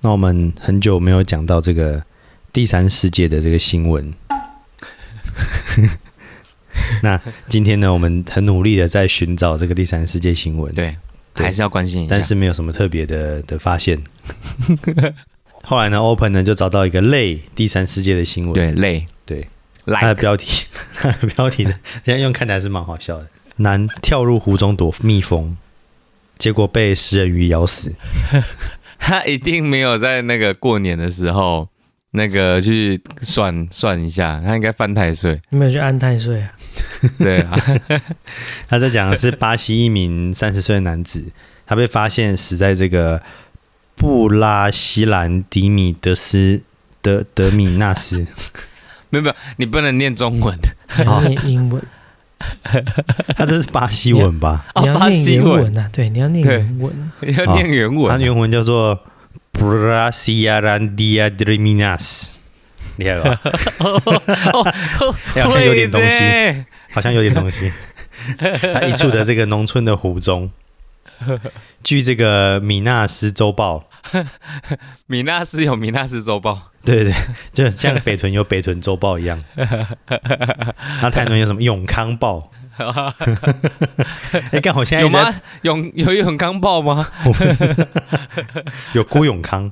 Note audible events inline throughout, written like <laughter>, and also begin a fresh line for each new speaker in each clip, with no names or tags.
那我们很久没有讲到这个第三世界的这个新闻。 <laughs> 那今天呢，我们很努力的在寻找这个第三世界新闻，
对，
对
还是要关心一下。
但是没有什么特别的的发现。 <laughs> 后来呢，Open 呢就找到一个类第三世界的新闻，
对累
对，
来
它的标题， <laughs> 它的标题呢，现在用看起来是蛮好笑的。男跳入湖中躲蜜蜂，结果被食人鱼咬死。
<laughs> 他一定没有在那个过年的时候那个去算算一下，他应该犯太岁。
你没有去安太岁啊？
对
<laughs>
啊，
他在讲的是巴西一名三十岁的男子，他被发现死在这个布拉西兰迪米德斯德德米纳斯。
没有没有，你不能念中文
还要念英文，
他这是巴西文吧？
<laughs> 哦
<laughs> 你要
巴
念
西
原
文
文啊？对，你要念
对
原文。
<laughs> 要念原文、
哦他原文叫做布拉西亚兰迪亚德米纳斯，厉害吧？哎好像有点东西
会呢
好像有点东西。他一处的这个农村的湖中，据这个米纳斯周报，
米纳斯有米纳斯周报，
对 <laughs> 对，对，就像北屯有北屯周报一
<laughs>
样。那台南有什么永康报？哎，刚好现在
有
一直在
吗？永有永康报吗？
我不知道有郭永康。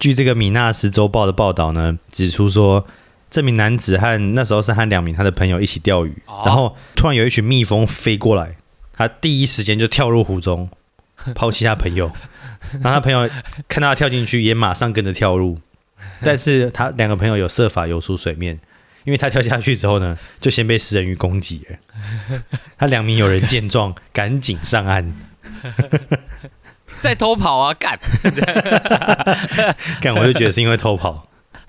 据这个米纳斯周报的报道呢，指出说，这名男子和那时候是和两名他的朋友一起钓鱼，
哦
然后突然有一群蜜蜂飞过来，他第一时间就跳入湖中，抛弃他朋友。然后他朋友看到他跳进去，也马上跟着跳入，但是他两个朋友有设法游出水面。因为他跳下去之后呢，就先被食人鱼攻击了。他两名友人见状，赶紧上岸，
在偷跑啊！干，
<laughs> 干，我就觉得是因为偷跑。 <laughs>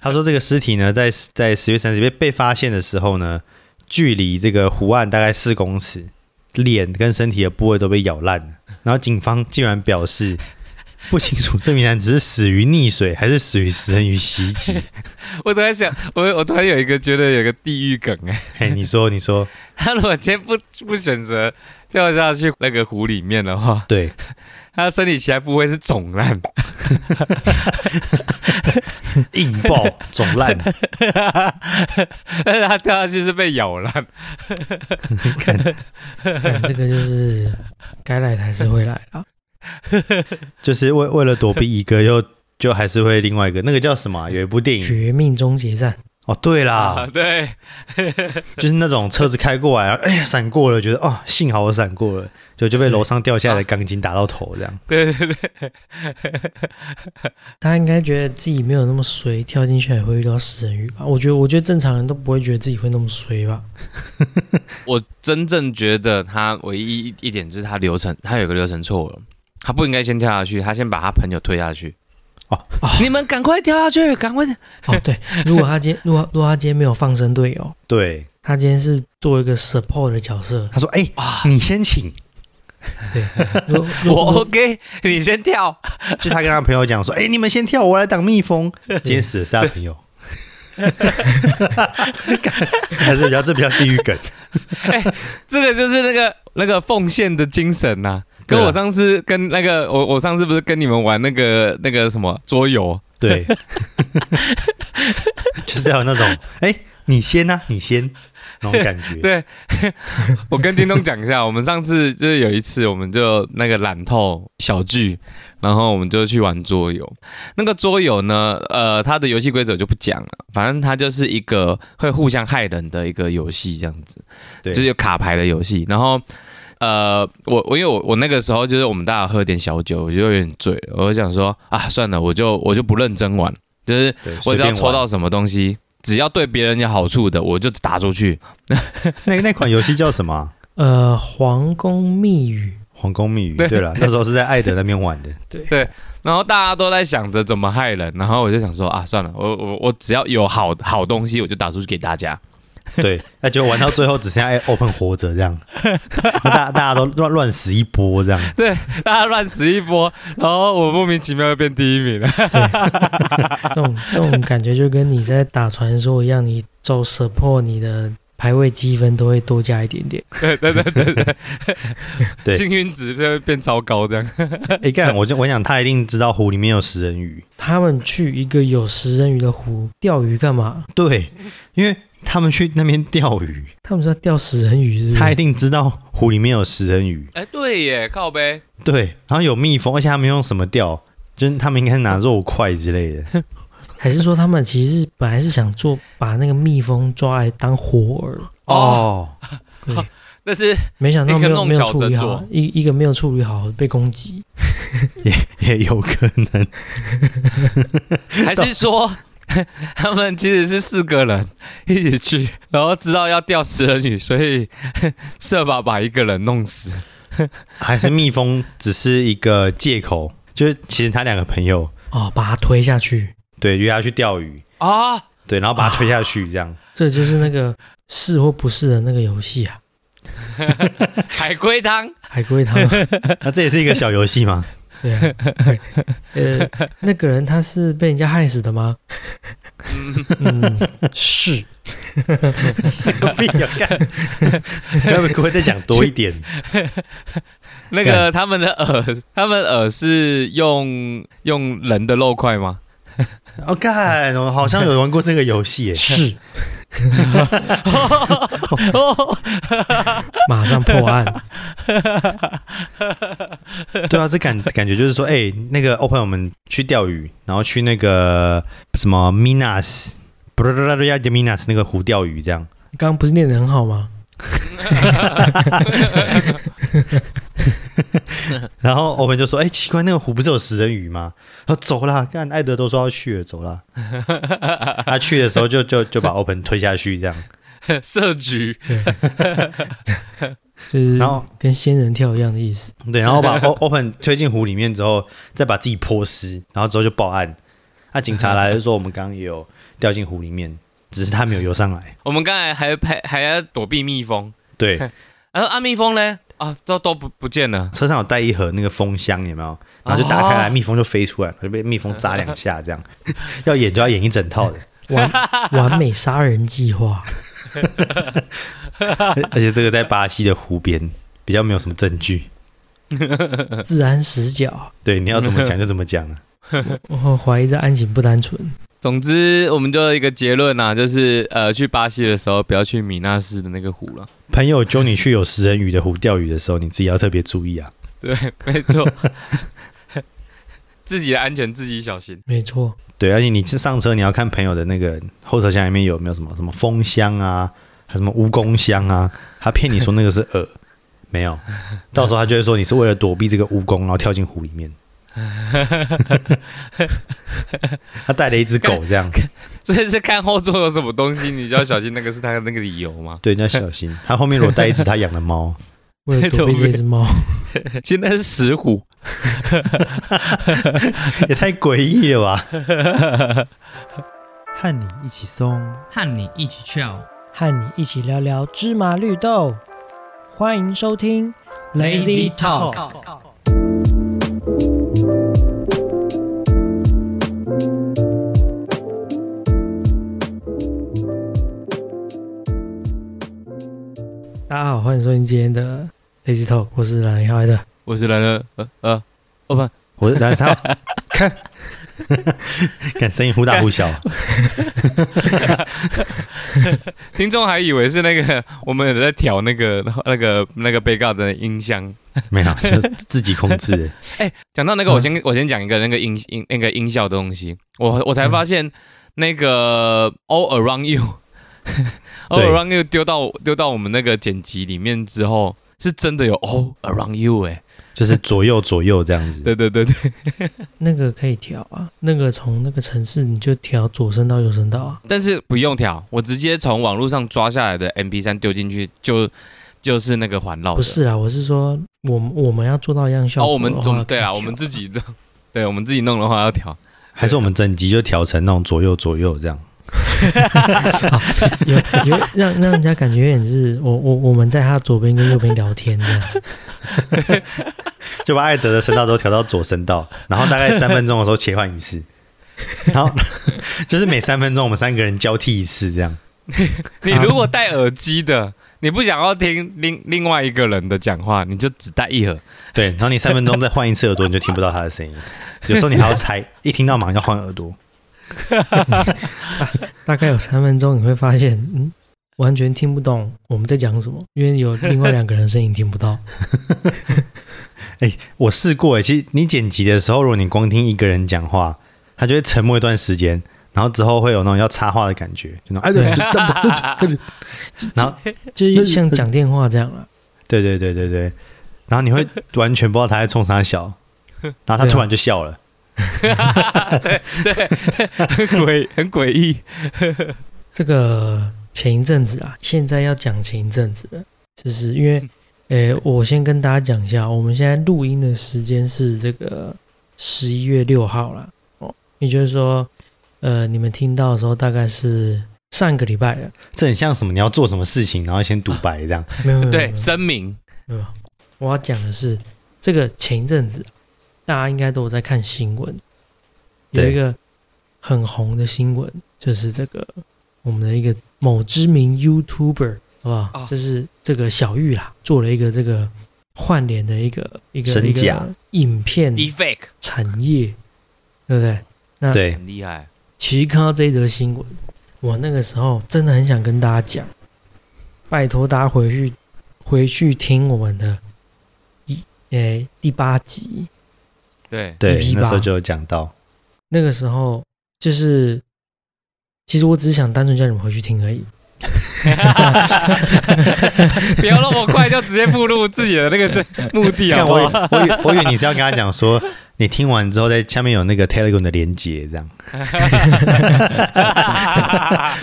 他说这个尸体呢，在在十月三十被被发现的时候呢，距离这个湖岸大概四公尺，脸跟身体的部位都被咬烂了。然后警方竟然表示不清楚这名男子是死于溺水还是死于食人鱼袭击。 <laughs>
我突然想，我我突然有一个觉得有个地狱梗哎、
嘿，你说，你说，
他如果今天不不选择掉下去那个湖里面的话，
对，
他身体其他部位是肿烂， <laughs>
硬爆肿烂， <laughs>
但是他掉下去是被咬烂。
看这个就是该来的还是会来啦。
就是为为了躲避一个又。就还是会另外一个，那个叫什么啊、有一部电影
绝命终结战，
哦，对啦，
啊，对，
<laughs> 就是那种车子开过来，哎呀，闪过了，觉得哦，幸好我闪过了，就就被楼上掉下来的钢筋打到头，这样。
对对对，
他应该觉得自己没有那么衰，跳进去也会遇到食人鱼吧？我觉得，我觉得正常人都不会觉得自己会那么衰
<laughs>
吧？
我真正觉得他唯一一一点就是他流程，他有个流程错了，他不应该先跳下去，他先把他朋友推下去。
哦，
<laughs> 你们赶快跳下去，赶快！
哦，对，如果他今天，如果如果他今天没有放生队友，
对，
他今天是做一个 support 的角色，
他说，哎、
啊
你先请。
对，如果如
我 <laughs>
果
OK，你先跳。
就他跟他朋友讲
<laughs>
说，哎、你们先跳，我来挡蜜蜂。今天死的是他朋友。 <laughs> 还是比较这比较地狱梗，
这个就是那个那个奉献的精神呐、
对啊
跟我上次跟那个我我上次不是跟你们玩那个那个什么桌游，
对， <laughs> 就是要有那种，哎、你先啊，你先那种感觉。
对 <laughs> 我跟丁东讲一下，我们上次就是有一次，我们就那个懒透小聚，然后我们就去玩桌游。那个桌游呢，呃，它的游戏规则我就不讲了，反正它就是一个会互相害人的一个游戏，这样子，
对
就是有卡牌的游戏。然后，呃，我我因为我我那个时候就是我们大家喝点小酒，我就有点醉了，我就想说啊，算了，我就我就不认真玩，就是
对，
<laughs> 我
随
只要
便
抽
玩
到什么东西，只要对别人有好处的，我就打出去。
那那款游戏叫什么啊、
呃，皇宫密语，
皇宫密语。
对
对了，那时候是在艾德那边玩的。
然后大家都在想着怎么害人，然后我就想说啊，算了，我我我只要有好好东西，我就打出去给大家。 <laughs>
<laughs> 对，那就玩到最后只剩下哎 open 活着这 <laughs> 样，那大大家都乱乱死一波这样，
大家乱死一波，然后我莫名其妙就变第一名了。 <laughs>
这种这种感觉就跟你在打传说一样，你走 support 你的排位积分都会多加一点点。
对对对对
对
幸运值就会变超高这样。
哎、干，我就我想他一定知道湖里面有食人鱼，
他们去一个有食人鱼的湖钓鱼干嘛？
对，因为他们去那边钓鱼，
他们是要钓食人鱼是不是？
他一定知道湖里面有食人鱼，
哎，对耶，靠呗。
对，然后有蜜蜂，而且他们用什么钓？就是他们应该是拿肉块之类的，
还是说他们其实本来是想做把那个蜜蜂抓来当活饵？
哦，
对，
但是
没想到没
一个
有
弄
没有
巧
处理
真
好
做，
一一个没有处理好被攻击，
也有可能。
还是说他们其实是四个人一起去，然后知道要钓食人鱼，所以 <laughs> 设法把一个人弄死。
还是蜜蜂只是一个借口，就是其实他两个朋友
哦，把它推下去，
对约他去钓鱼，
啊，
对，然后把他推下去这 <laughs> 样。
这就是那个是或不是的那个游戏啊，
海龟汤，
海龟汤。
那、这也是一个小游戏嘛？
对啊，呃，那个人他是被人家害死的吗？嗯，是，
是个屁啊！ <laughs> 干，要不可不可以再讲多一点？
那个他们的饵，他们饵是用用人的肉块吗？
<laughs>
<laughs>
哦，干，我好像有玩过这个游戏耶。
是， <laughs> 马上破案。
对啊，这感感觉就是说，哎、那个 open 我们去钓鱼，然后去那个什么 Minas。布拉布拉布拉 Minas 那个湖钓鱼这 <laughs> 样，
刚刚不是念的很好吗？
然后 Open 就说：“哎、奇怪，那个湖不是有食人鱼吗？”他说：“走啦，看艾德都说要去了，走啦。”他去的时候就就就把 Open 推下去这样，
设局
就是
然后
跟仙人跳一样的意思。
对，然后把 O- <laughs> Open 推进湖里面之后，再把自己泼湿，然后之后就报案。那、警察来就说我们刚刚也有掉进湖里面，只是他没有游上来。
我们刚才还还还要躲避蜜蜂，
对，
然后啊蜜蜂呢？啊，都都不不见了。
车上有带一盒那个蜂箱，有没有？然后就打开来，
哦
蜜蜂就飞出来，就被蜜蜂扎两下，这样 <laughs> 要演就要演一整套的， <laughs>
完完美杀人计划，
而而且这个在巴西的湖边比较没有什么证据。
自然死角。
对，你要怎么讲就怎么讲啊。 <laughs>
我怀疑这案情不单纯。
总之，我们就有一个结论啊，就是呃，去巴西的时候不要去米纳斯的那个湖了。
朋友揪你去有食人鱼的湖钓鱼的时候，你自己要特别注意啊。
对，没错， <laughs> 自己的安全自己小心。 <laughs>
没错，
对，而且你上车你要看朋友的那个后车厢里面有没有什么什么蜂箱啊，还有什么蜈蚣箱啊，他骗你说那个是饵，没 <laughs> 有，到时候他就会说你是为了躲避这个蜈蚣，然后跳进湖里面。他带了一只狗， <laughs> 这样
所以是看后座有什么东西，你就要小心，那个是他的那个理由吗？
对你要小心。他后面如果带一只他养的 <laughs> 猫，
为了躲避这只猫，
现在是石虎，
也太诡异了吧！ <laughs> 和你一起松。
和你一起 chill。
和你一起聊聊芝麻绿豆。欢迎收听
Lazy Talk。
大家好，欢迎收听今天的 Lazy Talk，我是蓝浩来的。
我是来了，呃呃，哦不，
我燃 <laughs> 烧，看，看声音忽大忽 <laughs> 小，
听众还以为是那个我们有在调那个 <laughs> 那个那个被告的音箱。
没有，就自己控制的。
讲到那个，
嗯
我先、我先讲一个那个音音那个音效的东西，我我才发现那
嗯
个 All Around <laughs> You，All
对
Around You 丢到丢到我们那个剪辑里面之后，是真的有 All Around You 哎、
就是左右左右这样子。
对对对对
那个可以调啊，那个从那个城市你就调左声道右声道啊。
但是不用调，我直接从网络上抓下来的 MP 3丢进去就就是那个环绕的。
不是啊，我是说我们我们要做到一样效
哦，
果
我们
的话
我们对
可以
啦，
调
我们自己对，我们自己弄的话要调。
还是我们整集就调成那种左右左右这样。
有有让让人家感觉有点是我我我们在他左边跟右边聊天这样，
就把艾德的声道都调到左声道，然后大概三分钟的时候切换一次，然后就是每三分钟我们三个人交替一次这样。
<laughs> 你如果戴耳机的，你不想要听另另外一个人的讲话，你就只戴一
<laughs>
盒。
对，然后你三分钟再换一次耳朵，你就听不到他的声音。有时候你还要猜，一听到马上要换耳朵。
大概有三分钟，你会发现，嗯，完全听不懂我们在讲什么，因为有另外两个人的声音听不到。
我试过诶，其实你剪辑的时候，如果你光听一个人讲话，他就会沉默一段时间，然后之后会有那种要插话的感觉，就那种哎对，对对
就是像讲电话这样啊了。
对对对对对，然后你
<laughs>
会完全不知道他在冲啥笑，然后他突然就笑
啊
了。
很诡很诡异。
这个前一阵子啊，现在要讲前一阵子了，就是因为，诶，我先跟大家讲一下，我们现在录音的时间是这个十一月六号啦。哦，也就是说，呃，你们听到的时候大概是上个礼拜了，
这很像什么？你要做什么事情，然后先独白
<laughs>
这样。
没有没有，没有
对，声明
我要讲的是，这个前一阵子大家应该都有在看新闻，有
对
一个很红的新闻，就是这个我们的一个某知名 YouTuber，好不好？
哦
就是这个小玉啦，做了一个这个换脸的一个一个
神
一
甲
个影
嗯
片
defect
产业，对不对？那
对，
很厉害，
其实看到这一则新闻，我那个时候真的很想跟大家讲，拜托大家回去回去听我们的一诶、第八集，
对 <laughs>
对
EP，
那时候
吧
就有讲到，
那个时候就是，其实我只是想单纯叫你们回去听而已。 <laughs>
不要那么快就直接步入自己的那个是
嗯
目的
但
好不
我以
好？
我以我以为你是要跟他讲说， <laughs> 你听完之后在下面有那个 Telegram 的连接，这样 <laughs>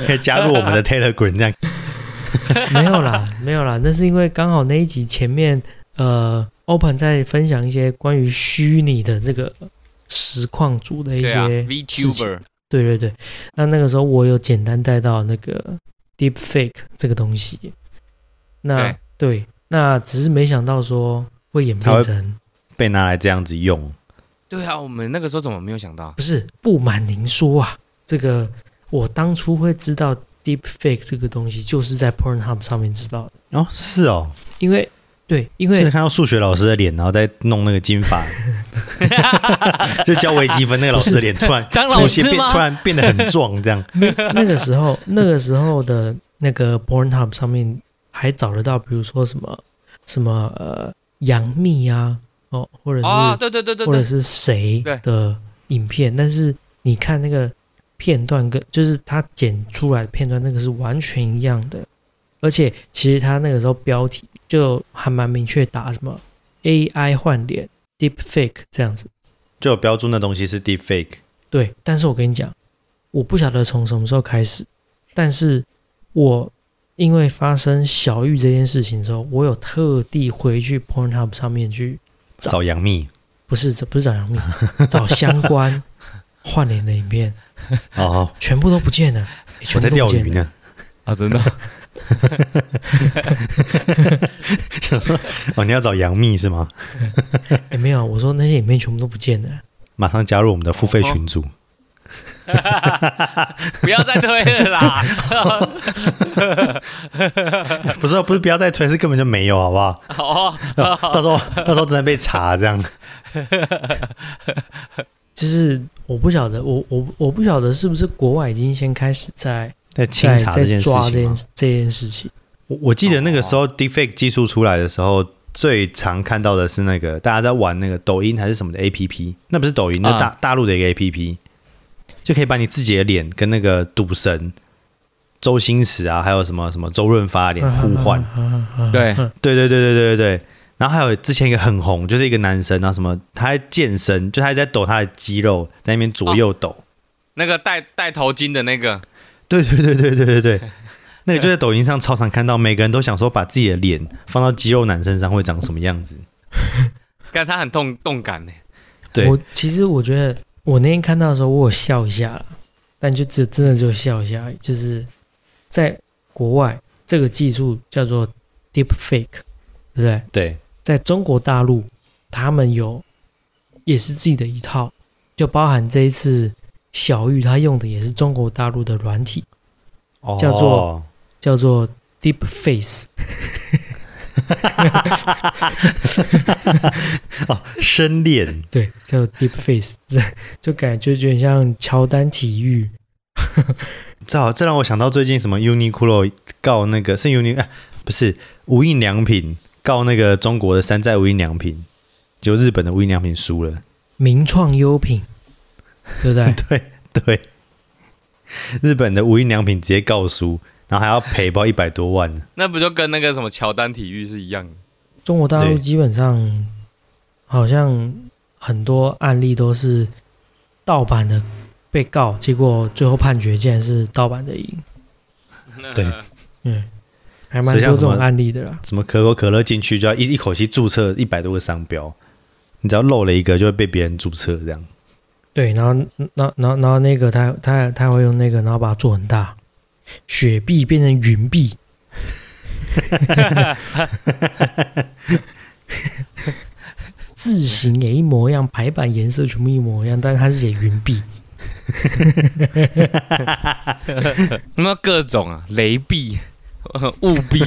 可以加入我们的 Telegram，这样
没有啦，没有啦，那是因为刚好那一集前面呃，Open 在分享一些关于虚拟的这个实况组的一
对
些、
啊，VTuber
对对对，那那个时候我有简单带到那个 deep fake 这个东西，那对，那只是没想到说会演
它会
变成
被拿来这样子用。
对啊，我们那个时候怎么没有想到？
不是不瞒您说啊，这个我当初会知道 deep fake 这个东西，就是在 Pornhub 上面知道的，
哦，是哦，
因为对，因
是
为
看到数学老师的脸，然后再弄那个金
<laughs>
发，就教微积分那个老师的脸突然
张
出
老
现
师
变，突
吗？
然变得很壮，这样
那个时候那个时候的那个 Pornhub 上面还找得到，比如说什么什么呃杨幂啊，哦，或者是、
哦，对对对对
或者
对，
是谁
对
的影片，但是你看那个片段跟就是他剪出来的片段，那个是完全一样的。而且其实他那个时候标题就还蛮明确，打什么 AI 换脸 Deep Fake 这样子。
就有标注那东西是 deep fake。
对，但是我跟你讲，我不晓得从什么时候开始，但是我因为发生小玉这件事情之后，我有特地回去 Pornhub 上面去找
找杨幂
不是这不是找杨幂，找相关换脸的影片， <laughs>
哦，
全部都不见了，诶
我
全
在
部
钓
都不
鱼
见了。
呢，
啊，真的，
想说哦，你要找杨幂是吗？
哎，没有，我说那些影片全部都不见了。
马上加入我们的付费群组。
哦
<laughs> 不要再推了啦！
<laughs>
<laughs>
不是不是，不要再推，是根本就没有，好不
<laughs>
好？
哦，
到时候到时候真的被查这样。
就是我不晓得，我我我不晓得是不是国外已经先开始在
在
在
清查这
在
件事
抓这
情吗
件，这件事哦情。
我我记得那个时候 deepfake 技术出来的时候，最常看到的是那个大家在玩那个抖音还是什么的 APP，那不是抖音，那
啊
大、大陆的一个 APP，就可以把你自己的脸跟那个赌神周星驰啊，还有什么什么周润发的
嗯
脸互换。
对，
对对对对对对对。然后还有之前一个很红，就是一个男生，然后什么他在健身，就他在抖他的肌肉，在那边左右抖。
哦
那个戴戴头巾的那个，
对对对对对对对，那个就在抖音上超常看到，每个人都想说把自己的脸放到肌肉男身上会长什么样子。
但他很动动感呢。
对
我其实我觉得我那天看到的时候，我有笑一下了，但就只真的只有笑一下而已，就是在国外这个技术叫做 deep fake，对不对？
对
在中国大陆，他们有也是自己的一套，就包含这一次小玉她用的也是中国大陆的软体，
哦
叫做叫做 Deep Face，
<laughs> 哦深恋，
对，叫做 Deep Face，就 <laughs> 感觉就有点像乔丹体育，
这好这让我想到最近什么 Uniqlo 告那个是 Uni 哎不是无印良品告那个中国的山寨无印良品，就日本的无印良品输了，
名创优品，对不对？
对，日本的无印良品直接告输，然后还要赔包一百多万，
那不就跟那个什么乔丹体育是一样
<laughs>
的？
中国大陆
对
基本上好像很多案例都是盗版的被告，结果最后判决竟然是盗版的赢，
对
还蛮
所以像
多这种
什么
案例的啦。
什么可口可乐进去就要一一口气注册一百多个商标，你只要漏了一个就会被别人注册这 <laughs> 样。
对，然后，然后，然后，然后那个他他他会用那个，然后把它做很大，雪碧变成云碧，字形也一模一样，排版颜色全部一模一样，但是他是写云
<laughs>
碧，
那么各种啊，雷币、呃雾
<laughs>
币，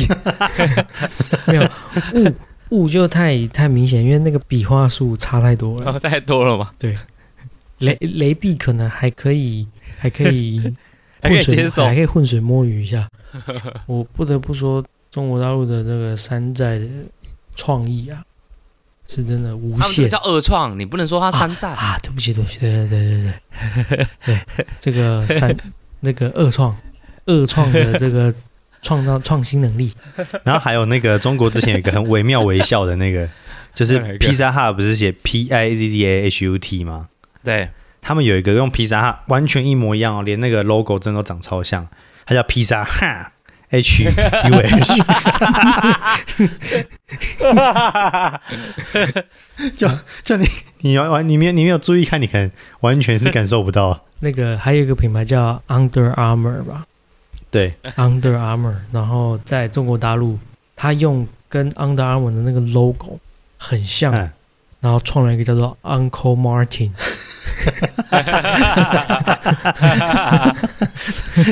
没有雾雾就太太明显，因为那个笔画数差太多
然
了。
后太多了嘛， <laughs>
雷雷碧可能还可以，还可
<laughs>
以
还可以
浑水
接受
还可以浑水摸鱼
<laughs>
一下。我不得不说，中国大陆的那个山寨的创意啊，是真的无
他们这
限
个叫二创，你不能说它山寨。
啊！对不起，对不起，对对对对对 <laughs> 对，这个山那个二创二创的这个创造创新能力，
然后还有那个中国之前有一个很惟妙惟肖的那个，就是 Pizza Hut 不是写 P I Z Z A H U T 吗？
对，
<laughs>
他们有一个用 Pizza Hut 完全一模一样哦，连那个 logo 真的都长超像，它叫 Pizza Hut H U <laughs> H，就就你你完完你没有你没有注意看，你可能完全是感受不到。
<laughs> 那个还有一个品牌叫 Under Armour 吧。
对，
Under Armour，然后在中国大陆，他用跟 Under Armour 的那个 logo 很像，
嗯，
然后创了一个叫做 Uncle Martin，
<laughs>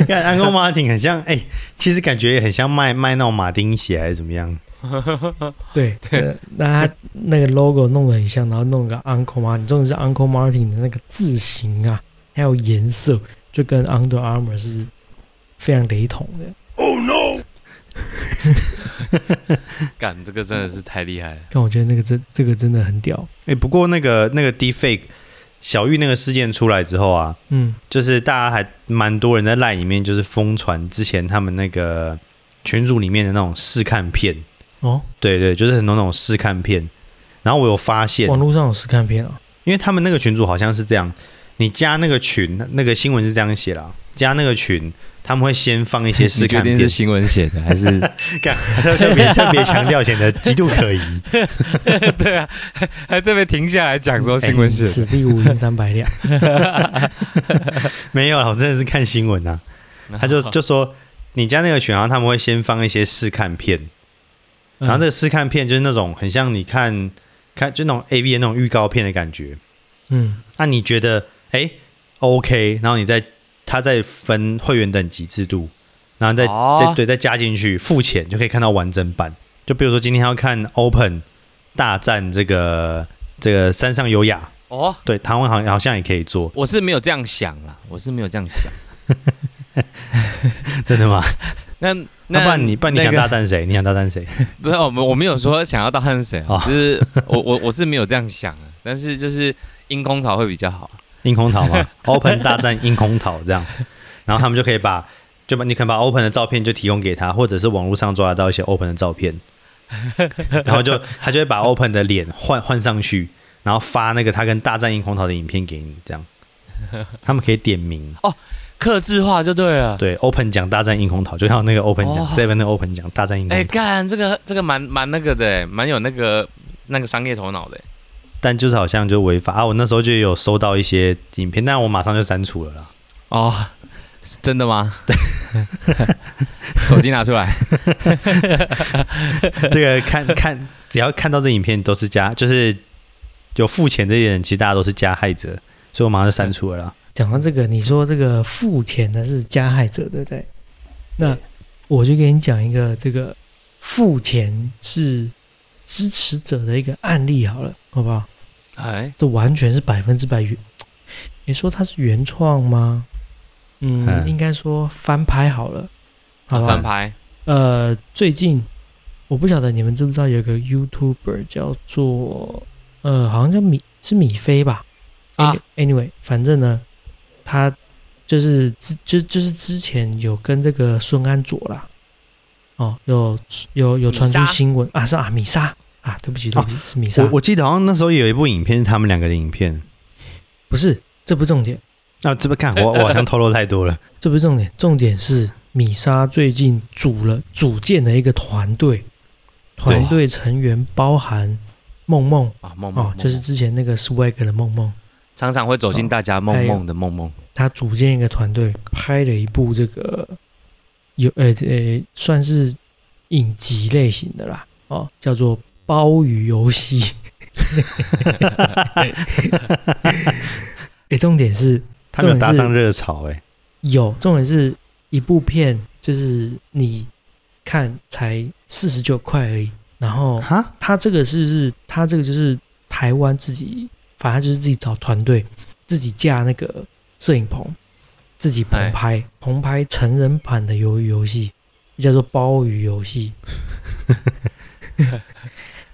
看 Uncle Martin 很像，哎、其实感觉也很像卖卖那种马丁鞋还是怎么样。
<laughs> 对，呃那他那个 logo 弄得很像，然后弄个 Uncle Martin，重点是 Uncle Martin 的那个字形啊，还有颜色，就跟 Under Armour 是非常雷同的。
干这个真的是太厉害了。
但我觉得那个真这个真的很屌，
哎、不过那个那个 Deepfake 小玉那个事件出来之后啊，
嗯，
就是大家还蛮多人在 LINE 里面就是疯传之前他们那个群组里面的那种试看片，
哦，
对对，就是很多那种试看片。然后我有发现，
网络上有试看片啊，
因为他们那个群组好像是这样，你加那个群，那个新闻是这样写啦，加那个群，他们会先放一些
<laughs>
试看片，
新闻写的还是？
干 <laughs> 特特别特别强调，显得极度可疑。
对啊， <laughs> 还特别停下来讲说新闻写的。
此地无银三百两，
<laughs> 没有啦，我真的是看新闻啊。他
<laughs>
就就说，你加那个群，然后他们会先放一些试看片，
嗯
嗯
然后这个试看片就是那种很像你看看就那种 A V 的那种预告片的感觉。
嗯
那、你觉得哎、诶 OK，然后你再他再分会员等级制度，然后再、
哦
再对再加进去付钱就可以看到完整版。就比如说今天要看 Open 大战这个这个山上优雅，
哦，
对台湾好像好像也可以做，
我是没有这样想啦，我是没有这样
<laughs>
想。
真的吗？
那
那
<laughs> 那
不然你不然你想
那
大
个
战谁？你想大战谁？
<laughs> 不是我们我没有说想要当汉谁啊
哦，
就是我我我是没有这样想啊，但是就是阴空桃会比较好。啊
樱空桃
<laughs>
嘛，Open 大战樱空桃这样，然后他们就可以把就把你可能把 Open 的照片就提供给他，或者是网络上抓得到一些 Open 的照
<laughs>
片，然后就他就会把 Open 的脸换换上去，然后发那个他跟大战樱空桃的影片给你，这
<laughs>
样他们可以点名。
克制化就对了。
对，Open 讲大战樱空桃，就像那个 Open 讲
哦
Seven 的 Open 讲大战樱空
哎、
桃，
干这个这个蛮蛮那个的欸，蛮有那个那个商业头脑的欸。
但就是好像就违法啊。我那时候就有收到一些影片，但我马上就删除了啦。
哦，是真的吗？ <laughs> 手机拿出来，
这个看看，只要看到这影片都是加，就是有付钱这些人，其实大家都是加害者，
嗯
所以我马上就删除了啦。
讲到这个，你说这个付钱的是加害者，对不对？那我就给你讲一个这个付钱是支持者的一个案例好了，好不好？
哎，
这完全是百分之百原。你说它是原创吗？嗯，
嗯
应该说翻拍好了，好吧？
哎啊翻拍，
呃，最近我不晓得你们知不知道有一个 YouTuber 叫做呃，好像叫米是米菲吧？
啊
Any-，Anyway，反正呢，他就是之就就是之前有跟这个孙安佐啦，哦，有有有传出
米莎哦
新闻啊，是啊，米莎啊，对不起，对不起，是米莎
我，我记得好像那时候有一部影片是他们两个的影片。
不是，这不是重点。
那、这不看我我好像透露太多了。
这不是重点，重点是米莎最近组了组建了一个团队，团队成员包含梦梦
啊，梦梦
哦，就是之前那个 Swag 的梦梦，
常常会走
哦
进
哎
大家梦梦的梦梦，
他组建一个团队拍了一部这个有呃呃算是影集类型的啦，哦，叫做《鲍鱼游
<laughs>
戏》 <laughs> 诶，重点是
他们有搭
重点
上
是
热潮哎、
有，重点是一部片就是你看才四十九块而已，然后
哈，
他这个是是，他这个就是台湾自己，反正就是自己找团队，自己架那个摄影棚，自己
哎
棚拍，棚拍成人版的鱿鱼游戏，叫做鲍鱼游戏，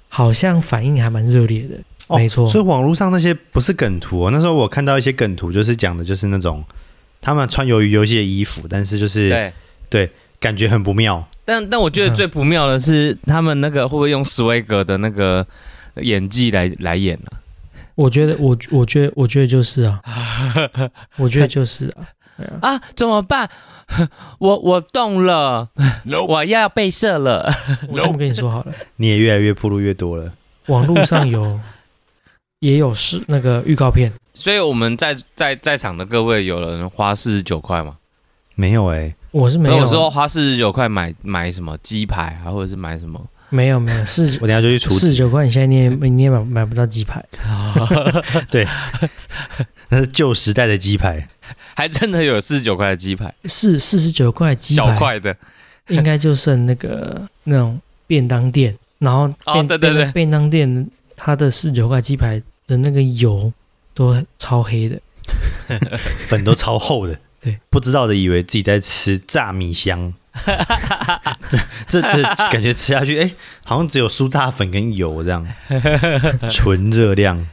好像反应还蛮热烈的，
哦
没错
所以网络上那些不是梗图、哦，那时候我看到一些梗图，就是讲的就是那种他们穿鱿鱼游戏的衣服，但是就是
对。
感觉很不妙。
但但我
嗯
觉得最不妙的是，他们那个会不会用斯威格的那个演技来来演呢、
我觉得我我觉得我觉得就是啊， <laughs> 我觉得就是啊，
啊？怎么办？ <laughs> 我我动了， <laughs> 我要被射了。
我这么跟你说好了。
你也越来越铺路越多了。
网络上有 <laughs> 也有是那个预告片，
所以我们在在在场的各位，有人花四十九块吗？
没有哎、
我是没有
我说花四十九块买买什么鸡排啊，或者是买什么？
没有没有四
<laughs>
十
我等一下就去处
四十
置，
九块，你现在 <laughs> 你也你也买买不到鸡排，
那是旧时代的鸡排。
还真的有四十九块的鸡排，
四四十九块鸡
小
排
块的。
应该就剩那个那种便当店，然后
哦
便、
对对
便
对
便当店它的四十九块鸡排的那个油都超黑的，
粉都超厚的，
<laughs> 对，
不知道的以为自己在吃炸米香， <laughs> 这这这感觉吃下去，哎、好像只有酥炸粉跟油这样，
<laughs>
纯热量。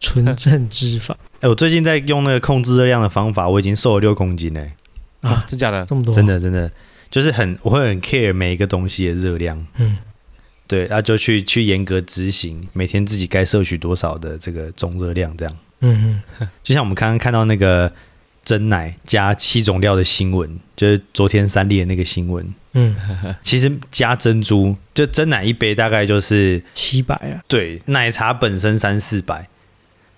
纯正脂
<laughs>
肪
哎、我最近在用那个控制热量的方法，我已经瘦了六公斤嘞、
啊
啊，，
真假的？
这么多
真，的真的，就是很我会很 care 每一个东西的热量，
嗯，
对，然、后就去去严格执行，每天自己该摄取多少的这个总热量这样。
嗯
就像我们刚刚看到那个真奶加七种料的新闻，就是昨天三立的那个新闻。
嗯嗯，
其实加珍珠，就真奶一杯大概就是
七百啊，
对奶茶本身三四百，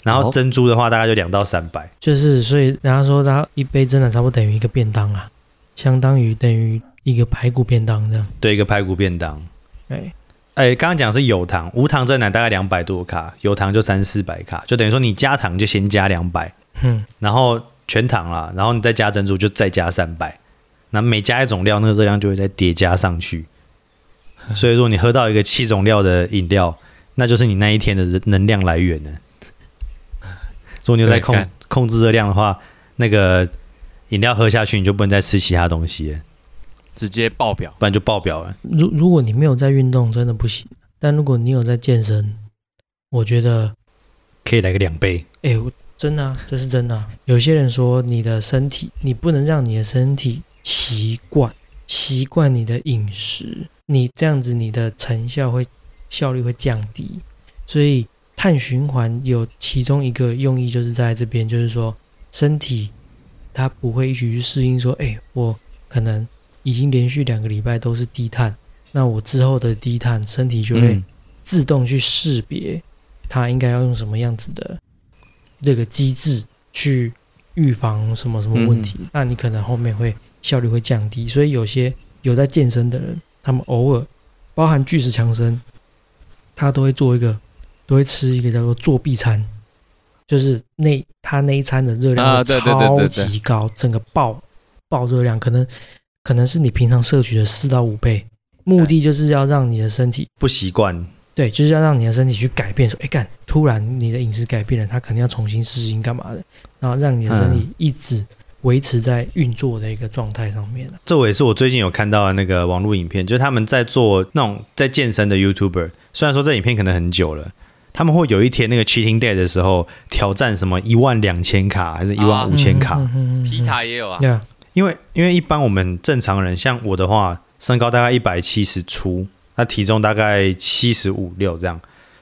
然后
哦
珍珠的话大概就两到三百。
就是所以人家说它一杯真的差不多等于一个便当啊，相当于等于一个排骨便当这样。
对，一个排骨便当。
哎，
哎，刚刚讲是有糖，无糖真奶大概两百多卡，有糖就三四百卡，就等于说你加糖就先加两百，
嗯，
然后全糖啦，然后你再加珍珠就再加三百，那每加一种料，那个热量就会再叠加上 <laughs> 去。所以说你喝到一个七种料的饮料，那就是你那一天的能能量来源呢。如果你有在
对
控
干
控制热量的话，那个饮料喝下去，你就不能再吃其他东西了，
直接爆表。
不然就爆表了。
如如果你没有在运动，真的不行。但如果你有在健身，我觉得，
可以来个两倍，
哎，我真的、啊，这是真的啊、有些人说你的身体，你不能让你的身体习惯习惯你的饮食，你这样子你的成效会效率会降低。所以碳循环有其中一个用意就是在这边，就是说身体它不会一直去适应说，哎、我可能已经连续两个礼拜都是低碳，那我之后的低碳身体就会
嗯
自动去识别它应该要用什么样子的这个机制去预防什么什么问题，
嗯
那你可能后面会效率会降低。所以有些有在健身的人，他们偶尔包含巨石强森，他都会做一个，都会吃一个叫做作弊餐，就是那他那一餐的热量
啊
会
对对对对
超
对
级高，整个爆爆热量，可能可能是你平常摄取的四到五倍，目的就是要让你的身体
不习惯，
对，就是要让你的身体去改变，说，哎干，突然你的饮食改变了，它肯定要重新适应干嘛的，然后让你的身
嗯
体一直维持在运作的一个状态上面啊
这我也是我最近有看到的那个网络影片，就是他们在做那种在健身的 YouTuber，虽然说这影片可能很久了，他们会有一天那个 Cheating Day 的时候挑战什么一万两千卡还是一万五千卡，
嗯嗯嗯嗯
皮塔也有啊，
呀
因为因为一般我们正常人，像我的话，身高大概一百七十出，那体重大概七十五六这样，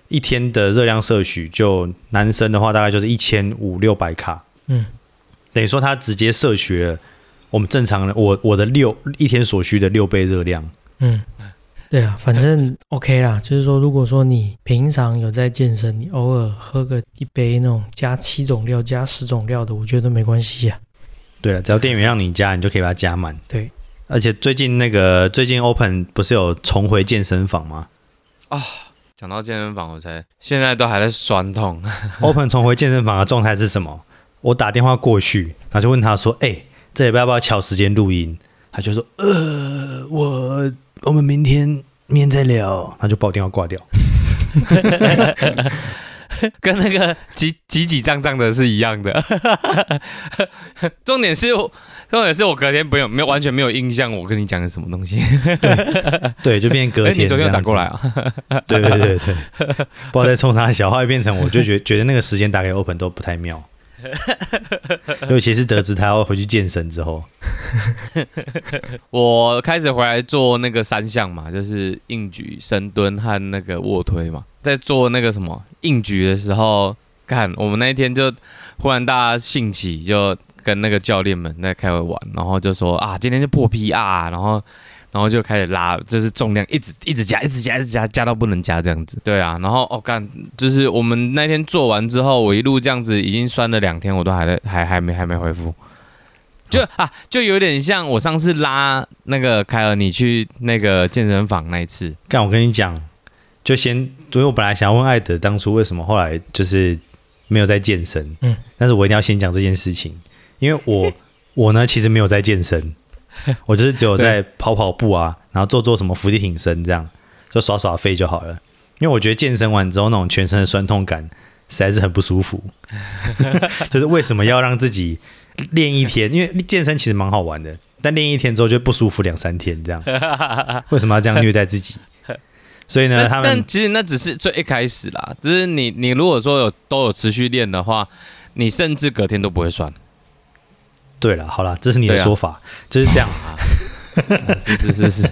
一天的热量摄取就男生的话大概就是一千五六百卡，
嗯，
等于说他直接摄取了我们正常人我我的六一天所需的六倍热量，
嗯，对啊，反正
嗯
OK 啦。就是说，如果说你平常有在健身，你偶尔喝个一杯那种加七种料、加十种料的，我觉得没关系啊。
对了，只要店员让你加，你就可以把它加满。
对，
而且最近那个最近 Open 不是有重回健身房吗
讲到健身房，我才现在都还在酸痛。
？Open 重回健身房的状态是什么？我打电话过去，然后就问他说：“哎、这礼拜要不要巧时间录音？”他就说：“呃，我我们明天明天再聊。”他就把我电话挂掉。
跟那 <laughs> 个挤挤挤胀胀的是一样的。 <laughs> 重点是我，重点是我隔天没有没有完全没有印象，我跟你讲的什么东西。
对，就变隔
<laughs> 哎，
天、
你昨天有打过来
啊？
啊？
对对对对，不
<laughs>
知道在冲啥小，后来变成我就觉觉得那个时间打给 Open 都不太
<laughs>
妙，尤其是得知他要回去健身之后。
我开始回来做那个三项嘛，就是硬举、深蹲和那个卧推嘛。在做那个什么硬举的时候，看我们那一天就忽然大家兴起，就跟那个教练们在开会玩，然后就说啊，今天就破 PR，然后然后就开始拉，就是重量一直一直加，一直加，一直加，加到不能加这样子。对啊，然后哦干，就是我们那天做完之后，我一路这样子已经酸了两天，我都还在还还没还没恢复。就啊，就有点像我上次拉那个凯尔你去那个健身房那一次，
干，我跟你讲，就先，因为我本来想要问艾德当初为什么后来就是没有在健身，嗯
嗯，
但是我一定要先讲这件事情，因为
<laughs>
我我呢其实没有在健身，我就是只有在跑跑步啊，然后做做什么伏地挺身这样，就耍耍废就好了。因为我觉得健身完之后那种全身的酸痛感实在是很不舒
<laughs>
服，就是为什么要让自己练一天？因为健身其实蛮好玩的，但练一天之后就不舒服两三天
<laughs>
这样，为什么要这样虐待自己？所以呢，他
但
们
但其实那只是最一开始啦，只是你你如果说有都有持续练的话，你甚至隔天都不会酸。
对了，好了，这是你的
对啊
说法，就是这
<laughs>
样。
是是是是，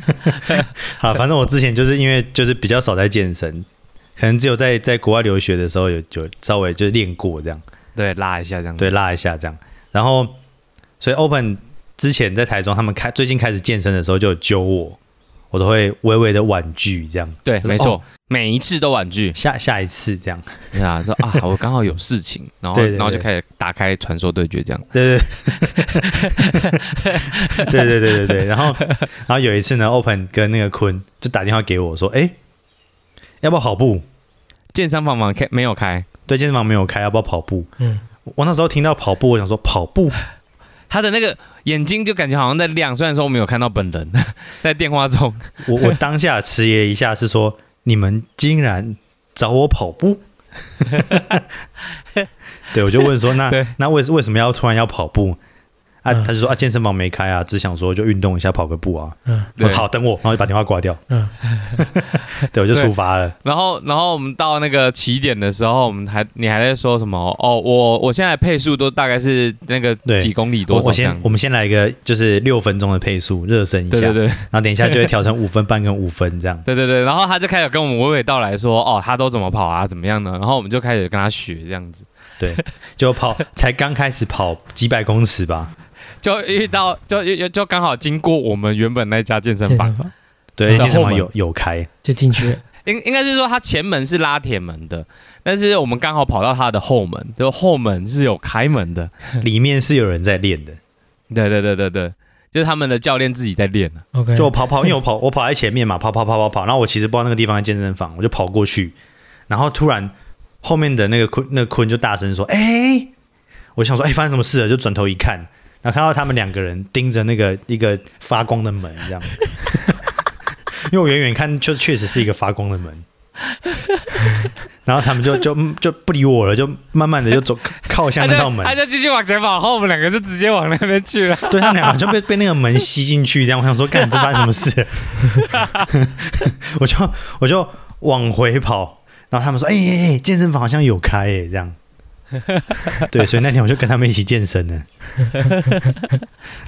<laughs> 好，反正我之前就是因为就是比较少在健身，可能只有在在国外留学的时候有有稍微就练过这样，
对，拉一下这样。
对，拉一下这样。然后，所以 Open 之前在台中，他们开最近开始健身的时候就有揪我，我都会微微的婉拒这样，
对，
就是
没错，
哦
每一次都婉拒。
下下一次这样。
对啊，说
<laughs>
啊，我刚好有事情，然后
对对对
然后就开始打开传说对决这样。
对对，对对对对对。然后，然后有一次呢，Open 跟那个坤就打电话给我说：“哎，要不要跑步？
健身房房开没有开，
对，健身房没有开，要不要跑步
嗯，？”
我那时候听到跑步，我想说跑步，
他的那个眼睛就感觉好像在亮，虽然说我没有看到本人， <laughs> 在电话中。
我我当下迟疑了一下，是说你们竟然找我跑步？对，我就问说那
对
那为为什么要突然要跑步？啊，
嗯
他就说啊，健身房没开啊，只想说就运动一下，跑个步啊。
嗯
我
对
说好，等我，然后就把电话挂掉。
嗯，
对，我就
对
出发了。
然后，然后我们到那个起点的时候，我们还你还在说什么？哦，我我现在配速都大概是那个
对
几公里
我
多少
我
这
先
样子
我们先来一个就是六分钟的配速热身一下，
对对对
然后等一下就会调成五分半跟五分这样。
对对对，然后他就开始跟我们娓娓道来说，哦，他都怎么跑啊，怎么样呢？然后我们就开始跟他学这样子， <laughs>
对，就跑才刚开始跑几百公尺吧，
就遇到就就就刚好经过我们原本那家健身
健
房
身，房
对，
嗯
健身
后
房
门
有有开，
就进
<laughs>
去了，
应应该是说他前门是拉铁门的，但是我们刚好跑到他的后门，就后门是有开门的，
里面是有人在练的。
对对对对对，就是他们的教练自己在练啊
OK，
就我跑跑，因为我跑 <laughs> 我跑在前面嘛，跑跑跑跑跑，然后我其实不知道那个地方在健身房，我就跑过去，然后突然后面的那个坤那个坤就大声说：“哎、我想说，哎、发生什么事了？就转头一看，然后看到他们两个人盯着那个一个发光的门这样， <laughs> 因为我远远看就确实是一个发光的门， <laughs> 然后他们就就就不理我了，就慢慢的就走靠向那道门
他，就继续往前跑，然后我们两个就直接往那边去了。
对他们俩就被被那个门吸进去，这样我想说，干，这发生什么事？我就我就往回跑，然后他们说，哎哎哎，健身房好像有开哎，这样。对，所以那天我就跟他们一起健身了。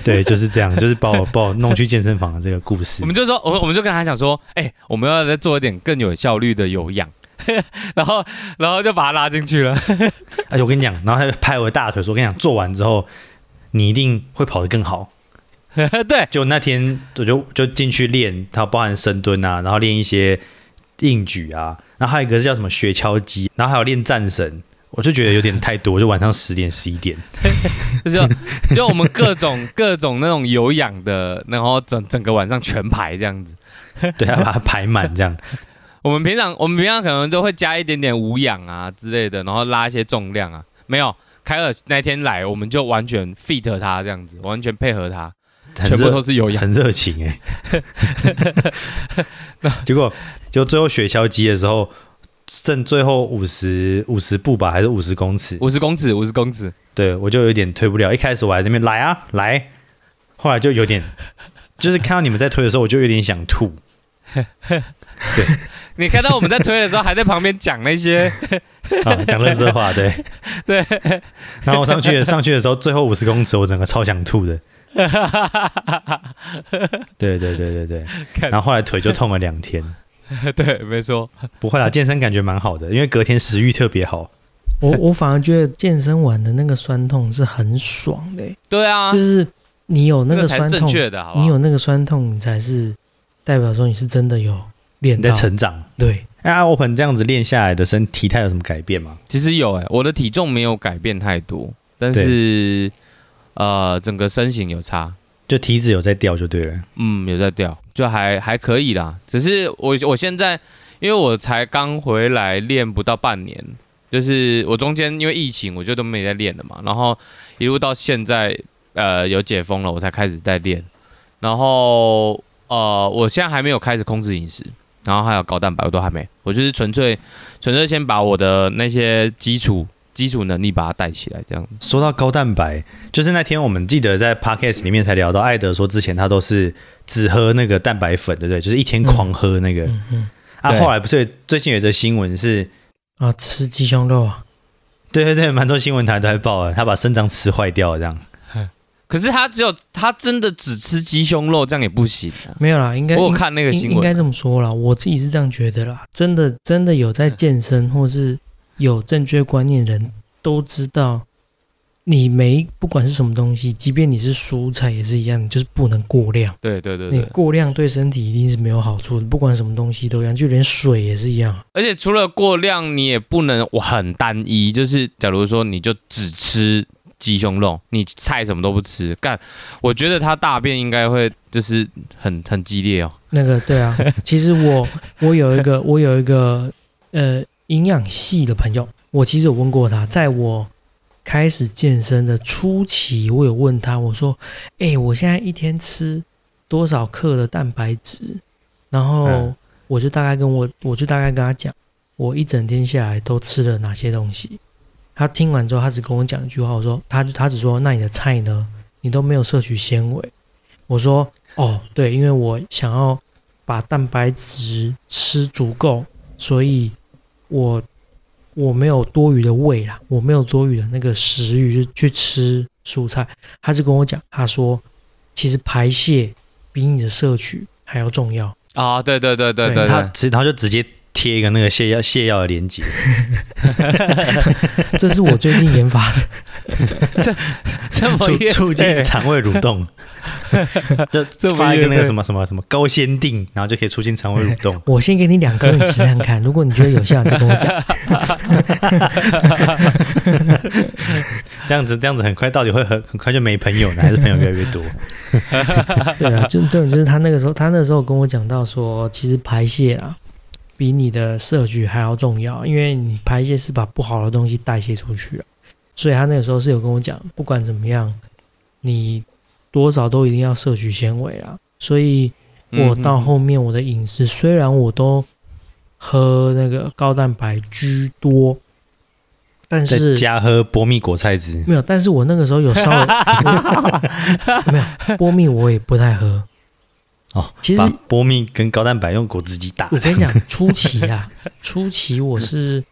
对，就是这样，就是把我把我弄去健身房的这个故事
<laughs> 我。们就说，我们我们就跟他讲说，哎、我们要再做一点更有效率的有氧， <laughs> 然后然后就把他拉进去了。 <laughs>
而且哎我跟你讲，然后他就拍我的大腿说，我跟你讲，做完之后你一定会跑得更好。
对，
就那天我就就进去练，它包含深蹲啊，然后练一些硬举啊，然后还有一个是叫什么雪橇机，然后还有练战神，我就觉得有点太多，就晚上十点十一
<laughs>
点，
就是就我们各 <laughs> 种各种那种有氧的，然后整整个晚上全排这样子。
对，要把它排满这样。
我们平常我们平常可能都会加一点点无氧啊之类的，然后拉一些重量啊。没有，凯尔那天来，我们就完全 fit 他这样子，完全配合他，
很
全部
热
都是有氧。
很热情
<laughs>
哎、结果就最后雪橇机的时候，剩最后五十五十步吧，还是五十公尺，
五十公尺，五十公尺，
对我就有点推不了。一开始我还在那边来啊来，后来就有点，就是看到你们在推的时候，我就有点想吐。
你看到我们在推的时候，还在旁边讲那
<laughs>
些， <laughs>
<laughs> 啊，讲乐色话，对
对。
<laughs> 然后我上去上去的时候，最后五十公尺，我整个超想吐的。对对对对对，
<laughs> 看
然后后来腿就痛了两天。
对，没错，
不会啦，健身感觉蛮好的，因为隔天食欲特别好。
我我反而觉得健身完的那个酸痛是很爽的、欸
对啊，
就是你有那
这
个
个才
酸
是正
痛，
确的，好不
你有
好？
那个酸痛，你才是代表说你是真的有练
你在
啊
到。
成长。
对，
哎、啊、，Open 这样子练下来的身体态有什么改变吗？
其实有诶、欸我的体重没有改变太多，但是呃，整个身形有差。
就体脂有在掉就对了。
嗯，有在掉，就还还可以啦。只是我我现在，因为我才刚回来练不到半年，就是我中间因为疫情，我就都没在练了嘛。然后一路到现在，呃，有解封了，我才开始在练。然后呃，我现在还没有开始控制饮食，然后还有高蛋白，我都还没。我就是纯粹纯粹先把我的那些基础基础能力把它带起来，这样。
说到高蛋白，就是那天我们记得在 podcast 里面才聊到，艾德说之前他都是只喝那个蛋白粉，对不对？就是一天狂喝那个。
嗯嗯
啊，
对
后来不是有最近有一则新闻是，
啊，吃鸡胸肉啊，
对对对，蛮多新闻台都在报了，他把肾脏吃坏掉了这样。
可是他只有他真的只吃鸡胸肉，这样也不行啊。
没有啦，应该
我有看那个
应
新闻，
应该这么说啦，我自己是这样觉得啦。真的真的有在健身或是有正确观念的人都知道，你每一不管是什么东西，即便你是蔬菜也是一样，你就是不能过量。
对对对
你
对，
过量对身体一定是没有好处的，不管什么东西都一样，就连水也是一样。
而且除了过量，你也不能很单一，就是假如说你就只吃鸡胸肉，你菜什么都不吃，干，我觉得他大便应该会就是很很激烈哦。
那个对啊，其实我我有一个我有一个呃营养系的朋友，我其实有问过他，在我开始健身的初期，我有问他，我说，哎、我现在一天吃多少克的蛋白质？然后
嗯
我就大概跟我我就大概跟他讲，我一整天下来都吃了哪些东西。他听完之后，他只跟我讲一句话，我说，他他只说，那你的菜呢？你都没有摄取纤维。我说，哦，对，因为我想要把蛋白质吃足够，所以我我没有多余的胃啦，我没有多余的那个食欲就去吃蔬菜。他就跟我讲，他说其实排泄比你的摄取还要重要。
啊，对对对对对
对
他
对，
直然后就直接贴一个那个泻药泻药的链接，
这是我最近研发的，。
这
<laughs>
么
促
厉害
促进肠胃蠕动，
这
<laughs> 就
么
发一个那
厉害
个什么什么什么高鲜定，然后就可以促进肠胃蠕动
我先给你两颗，你试看看。如果你觉得有效，你再跟我讲。
这样子这样子很快到底会很很快就没朋友呢，还是朋友越来越多？
<laughs> 对啊，就这种就是他那个时候，他那时候跟我讲到说，其实排泄啊比你的摄取还要重要，因为你排泄是啊把不好的东西代谢出去了。所以他那个时候是有跟我讲，不管怎么样，你多少都一定要摄取纤维啦。所以
嗯
我到后面我的饮食、虽然我都喝那个高蛋白居多，但
再
是
加喝波蜜果菜汁，
没有，但是我那个时候有
<laughs>
稍微没有波蜜，我也不太喝。
哦，
其实
把波蜜跟高蛋白用果汁机打
我。跟你讲，初期啊，初期我是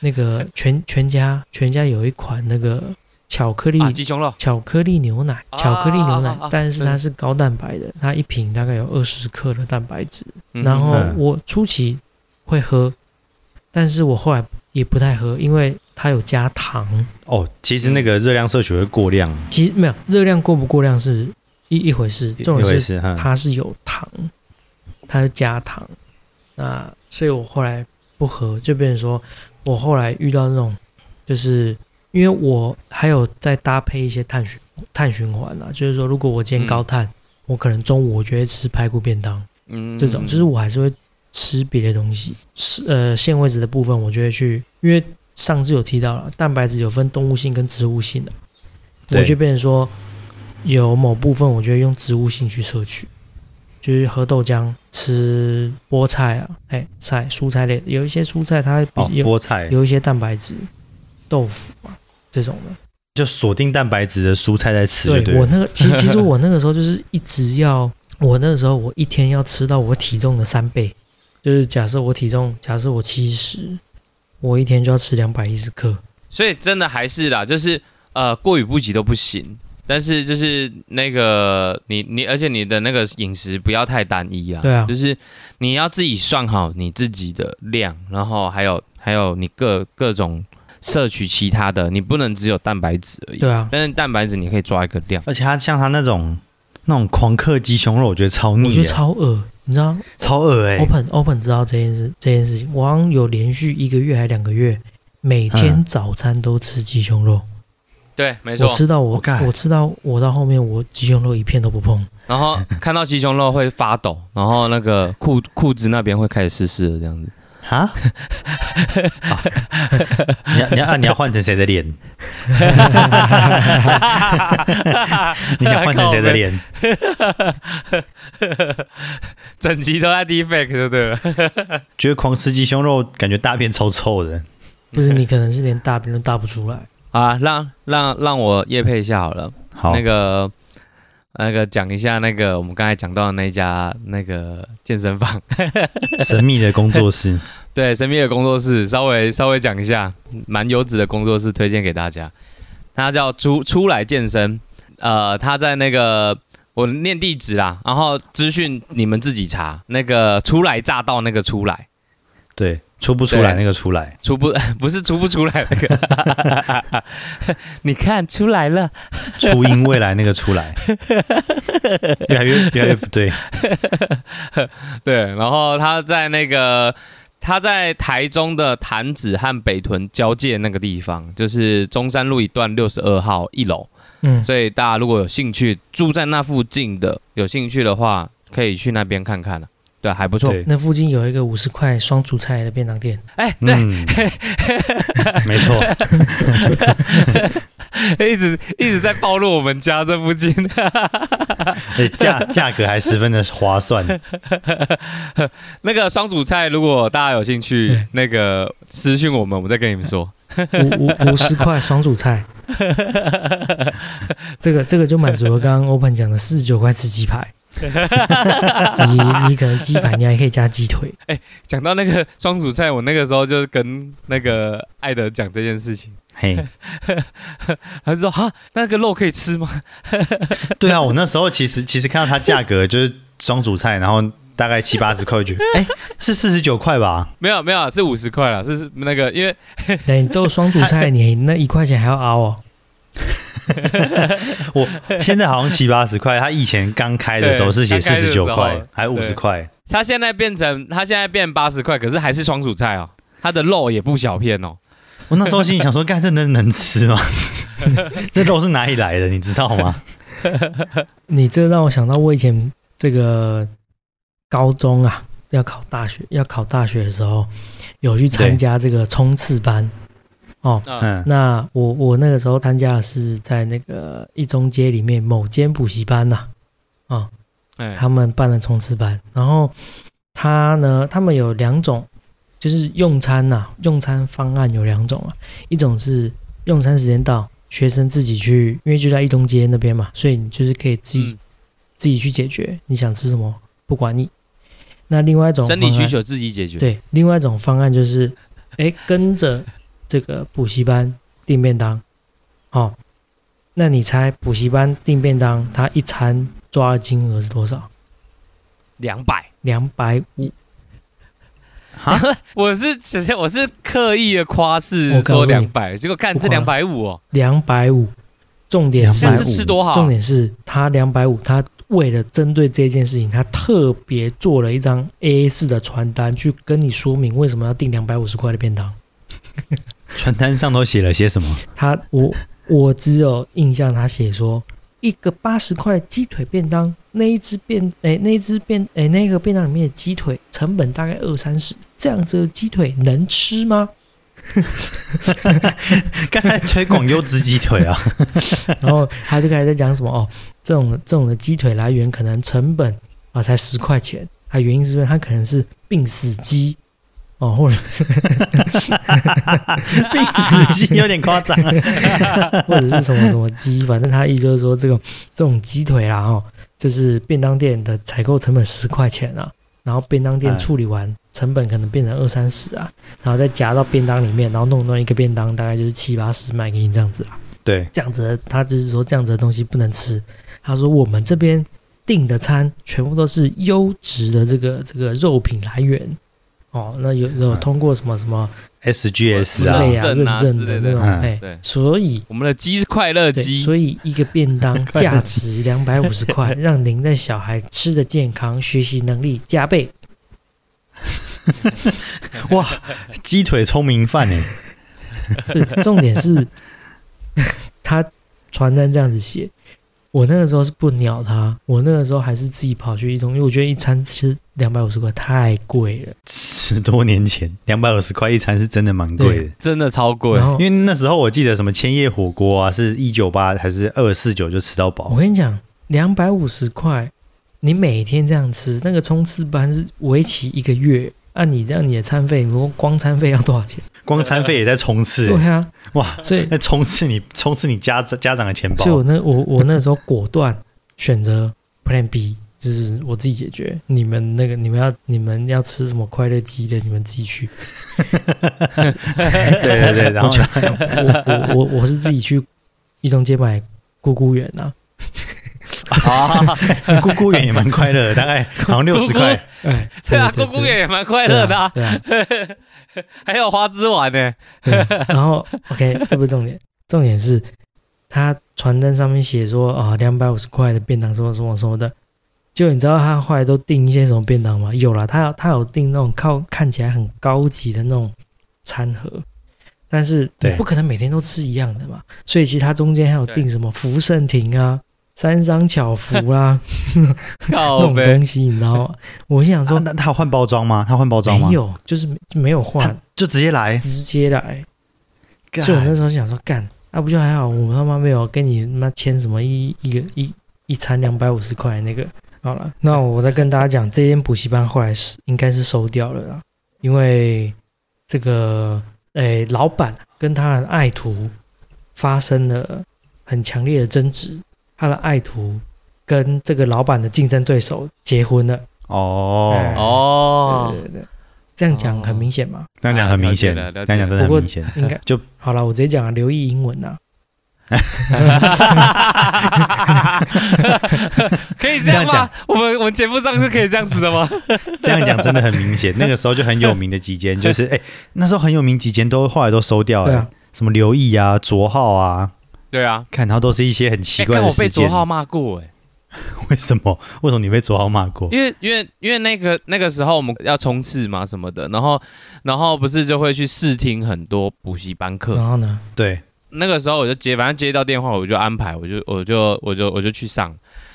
那个全全家全家有一款那个巧克力、
啊，鸡胸肉
巧克力牛奶，
啊
巧克力牛奶，
啊啊啊
但是它是高蛋白的，它一瓶大概有二十克的蛋白质。
嗯
然后
嗯
我初期会喝，但是我后来也不太喝，因为它有加糖。
哦，其实那个热量摄取会过量，
其实没有热量过不过量是一一回事，重
一回
点是
事嗯哈。
它是有糖，它是加糖。那所以我后来不喝，就变成说我后来遇到那种，就是因为我还有再搭配一些碳循碳循环啊，就是说如果我今天
嗯
高碳，我可能中午我就会吃排骨便当
嗯
这种，就是我还是会吃别的东西，是呃纤维质的部分我就会去，因为上次有提到了蛋白质有分动物性跟植物性的、
对
我就变成说，有某部分我觉得用植物性去摄取，就是喝豆浆、吃菠菜啊，哎、菜蔬菜类的，有一些蔬菜它
哦，
有、
菠菜
有一些蛋白质，豆腐啊这种的。
就锁定蛋白质的蔬菜在吃就
我
了。
那个其实其实我那个时候就是一直要，我那个时候我一天要吃到我体重的三倍，就是假设我体重假设我七十，我一天就要吃两百一十克。
所以真的还是啦，就是呃，过于不及都不行。但是就是那个你你，而且你的那个饮食不要太单一啦。
对啊
就是你要自己算好你自己的量，然后还有还有你各各种摄取其他的，你不能只有蛋白质而已。
对啊，
但是蛋白质你可以抓一个量，
而且它像它那种那种狂客鸡胸肉，我觉得超
我觉
哎腻
得
的，
超恶，你知道
超恶哎。
Open Open 知道这件事这件事情，我好像有连续一个月还两个月，每天
嗯
早餐都吃鸡胸肉。
对，没
我
错。
吃到我
我干
我吃到我到后面我鸡胸肉一片都不碰。
然后看到鸡胸肉会发抖，然后那个裤裤子那边会开始湿湿的这样子。 <laughs>
哈？啊你要你要啊你要换成谁的脸？ <laughs> 你想换成谁的
<laughs>
脸？
整集都在 defect 就对了。
觉得狂吃鸡胸肉，感觉大便超臭的。
不是你可能是连大便都大不出来。
<laughs> 好啊，让让让我夜配一下好了。
好，
那个那个讲一下那个我们刚才讲到的那一家那个健身房， <laughs>
<laughs> 神秘的工作
<laughs>
室，
对，神秘的工作室，稍微稍微讲一下，蛮优质的工作室，推荐给大家。它叫出出来健身，呃，它在那个我念地址啦，然后资讯你们自己查。那个初来乍到那个初来，
对，出不出来
对
那个出来，
出不 <laughs> 不是出不出来那个， <laughs> 你看出来了。
初音未来那个出
<laughs>
来，越来越越来越不对。
对，然后他在那个他在台中的潭子和北屯交界那个地方，就是中山路一段六十二号一楼。
嗯，
所以大家如果有兴趣住在那附近的，有兴趣的话，可以去那边看看了、对，还不错。
对，
那附近有一个五十块双主菜的便当店，
哎，对，
嗯，没
<laughs>
错，
一直一直在暴露我们家这附近。 <laughs>
而且哎价价格还十分的划算。
那个双主菜，如果大家有兴趣
对，
那个私信我们，我们再跟你
<laughs>
们说。
五五五十块双主菜，这个这个就满足了刚刚 Open 讲的四十九块吃鸡排。你你可能鸡排，你还可以加鸡腿。
讲到那个双主菜，我那个时候就是跟那个艾德讲这件事情。
嘿，
他就说哈，那个肉可以吃吗？
对啊，我那时候其实其实看到它价格就是双主菜，然后大概七八十块，我觉
<laughs>
得哎、是四十九块吧？
<laughs> 没有没有，是五十块了，是是那个，因为
那你都双主菜，你那一块钱还要凹哦。
我现在好像七八十块，它以前刚开的时候
对
是写
刚
四
开的
十
时
九
候
块，还五
对
十块。
他现在变成他现在变八十块，可是还是双主菜哦，他的肉也不小片 <laughs> 哦。
我那时候心里想说，干这能能吃
<laughs>
吗？这肉是哪里来的，你知道吗？
嗯
你这让我想到我以前这个高中啊，要考大学，要考大学的时候，有去参加这个冲刺班。哦。
嗯
嗯，
那我我那个时候参加的是在那个一中街里面某间补习班呐、
哎
他们办了冲刺班，然后他呢，他们有两种，就是用餐呐、用餐方案有两种啊，一种是用餐时间到，学生自己去，因为就在一中街那边嘛，所以你就是可以自己、
嗯
自己去解决你想吃什么，不管你。那另外一种
生理
方
需
案
求自己解决。，
对，另外一种方
<laughs>
案就是，哎，跟着这个补习班订便当，哦，那你猜补习班订便当，他一餐抓的金额是多少？
两百。
两百五。
我是首先我是刻意的夸
我
饰
告诉
说
你
两百，结果看这
不夸
两
张
百五哦，
两百五，重点是
这
250
是吃多好？
重点是他两百五，他为了针对这件事情，他特别做了一张 A 4的传单，去跟你说明为什么要订两百五十块的便当。
传单上头写了些什么？
他我我只有印象，他写说一个八十块的鸡腿便当，那一只便哎、那一只便哎、那个便当里面的鸡腿成本大概二三十，这样子的鸡腿能吃吗？
刚才推广优质鸡腿
<laughs>
啊，
然后他就开始在讲什么哦，这种这种的鸡腿来源可能成本啊才十块钱，啊原因是因为它可能是病死鸡哦，或者
病死心有点夸张
<laughs>
啊。
或者是什么什么鸡，反正他意思就是说这种这种鸡腿啦，哦，就是便当店的采购成本十块钱啊，然后便当店
哎
处理完成本可能变成二三十啊，然后再夹到便当里面，然后弄弄一个便当大概就是七八十卖给你这样子啊，
对，
这样子的他就是说这样子的东西不能吃，他说我们这边订的餐全部都是优质的这个这个肉品来源。哦，那有有
嗯
通过什么什么之
是
，SGS 啊，
类啊、
认证
认
啊
证
之
的
类
那
的
种，
嗯
哎、
对
所以
我们的鸡是快乐
对，
鸡，
所以一个便
<laughs>
当价值两百五十块，让您的小孩吃的健康，学习能力加倍。
哇，鸡腿聪明饭哎，
不是 <laughs> 重点是，他传单这样子写，我那个时候是不鸟他，我那个时候还是自己跑去一中，因为我觉得一餐吃两百五十块太贵了。
十多年前两百五十块一餐是真的蛮贵的。
真的超贵 <laughs>
然。
因
后
为那时候我记得什么千叶火锅啊，是一九八还是二四九就吃到
我
饱，
跟你讲，两百五十块，你每天这样吃，那个冲刺班是为期一个月，按、你这样你的餐费，如果光餐费要多少钱？
光餐费也在冲刺
对
欸，
啊，
哇，
所以
那冲刺你冲刺你家家长的钱
所以我
包，
那我我那时候果断选择 Plan B，就是我自己解决。你们那个你们要你们要吃什么快乐鸡的，你们自己去。
对对
<laughs>
对，然后
我我我我我是自己去一中街买姑姑园
<laughs>
啊，
<laughs> 啊，
姑姑园也蛮快乐的，大概好像六十
<laughs>
块，
哎，
对啊，姑姑园也蛮快乐的啊，
对啊。
<laughs> 还有花枝丸呢。
对啊
<laughs>
然后 OK，这不是重点，重点是他传单上面写说啊，两百五十块的便当什么什么什么的。就你知道他后来都订一些什么便当吗？有啦，他有他有订那种靠看起来很高级的那种餐盒，但是你
对
不可能每天都吃一样的嘛，所以其实他中间还有
对
订什么福盛亭啊、三商巧福
<laughs>
啊那
靠 <laughs>
种
呗，
东西，你知道吗？我想
啊
说、
那他有换包装吗？他换包装吗？
没，有，就是没有
他
换，
就直接来。
直接来。所以我那时候想说，干，啊不就还好，我他妈没有跟你妈签什么一一个一一餐两百五十块那个。好了，那我再跟大家讲，这间补习班后来是应该是收掉了啦，因为这个诶、老板跟他的爱徒发生了很强烈的争执，他的爱徒跟这个老板的竞争对手结婚了。哎
哦，
哦 <laughs>
对，对对，这样讲很明显嘛。
这样讲很明显，
啊了解了
这
了解
样讲哦真的很明显。
应该
就
好了，我直接讲啊留意英文呐、
可以这样吗？我们我们节目上是可以这样子的吗？
这样讲真的很明
<laughs>
显。那个时候就很有名的几间，就是哎、那时候很有名几间都后来都收掉了、哎
对啊，
什么刘毅啊、卓浩啊，
<laughs> 对啊，
看他都是一些很奇
哎
怪
看
的
我
事
被
件。
卓浩骂过哎，
为什么？为什么你被卓浩骂过？
因为因为因为那个那个时候我们要冲刺嘛什么的，然后然后不是就会去试听很多补习班课，
然后呢？
对，
那个时候我就接，反正接到电话我就安排，我就我就我就我就去上。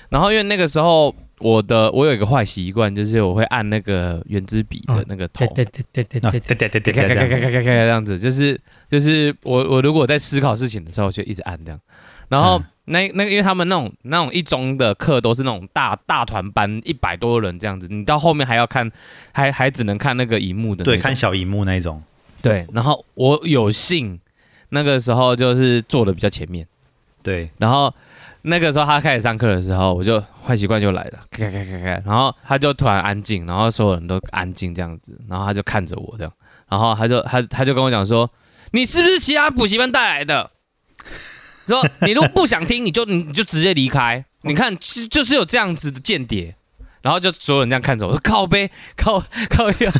然后因为那个时候我的我有一个坏习惯，就是我会按那个圆珠笔的那个头
对，对对对对
啊
对
嗯对
对，
对对对
咔咔咔咔咔
对，
咔咔这样子，就是就是我我如果在思考事情的时候，就一直按这样。然后、
嗯
那那因为他们那种那种一中的课都是那种大大团班一百多人这样子，你到后面还要看，还还只能看那个荧幕的那
对，
种
看小荧幕那一种，
对。然后我有幸那个时候就是坐的比较前面，
对，
然后那个时候他开始上课的时候，我就坏习惯就来了，咔咔咔咔咔，然后他就突然安静，然后所有人都安静这样子，然后他就看着我这样，然后他就他他就跟我讲说，你是不是其他补习班带来的？说你如果不想听，你就你就直接离开。你看，就就是有这样子的间谍，然后就所有人这样看着我，说靠背靠靠腰，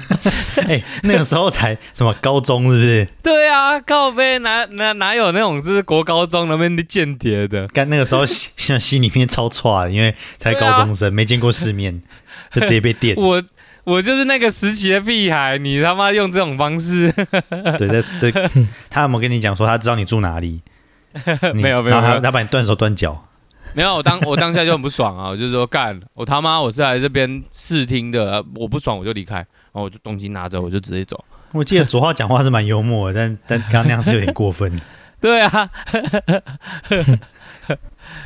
哎，那个时候才什么高中是不是？
对啊，靠背哪哪哪有那种就是国高中那边的间谍的，
干那个时候心心心里面超差的，因为才高中生，没见过世面，就直接被电。
<laughs> 我我就是那个时期的屁孩，你他妈用这种方式， <laughs>
对，这这他有没有跟你讲说他知道你住哪里？你
没有没有
然后
没
他
有
他把你断手断脚。
没有我当我当下就很不爽啊，我就说干，我他妈我是来这边试听的，呃我不爽我就离开，然后我就东西拿着我就直接走。
我记得左浩讲话是蛮幽默的，但但刚刚那样是有点过分。
对啊， <laughs>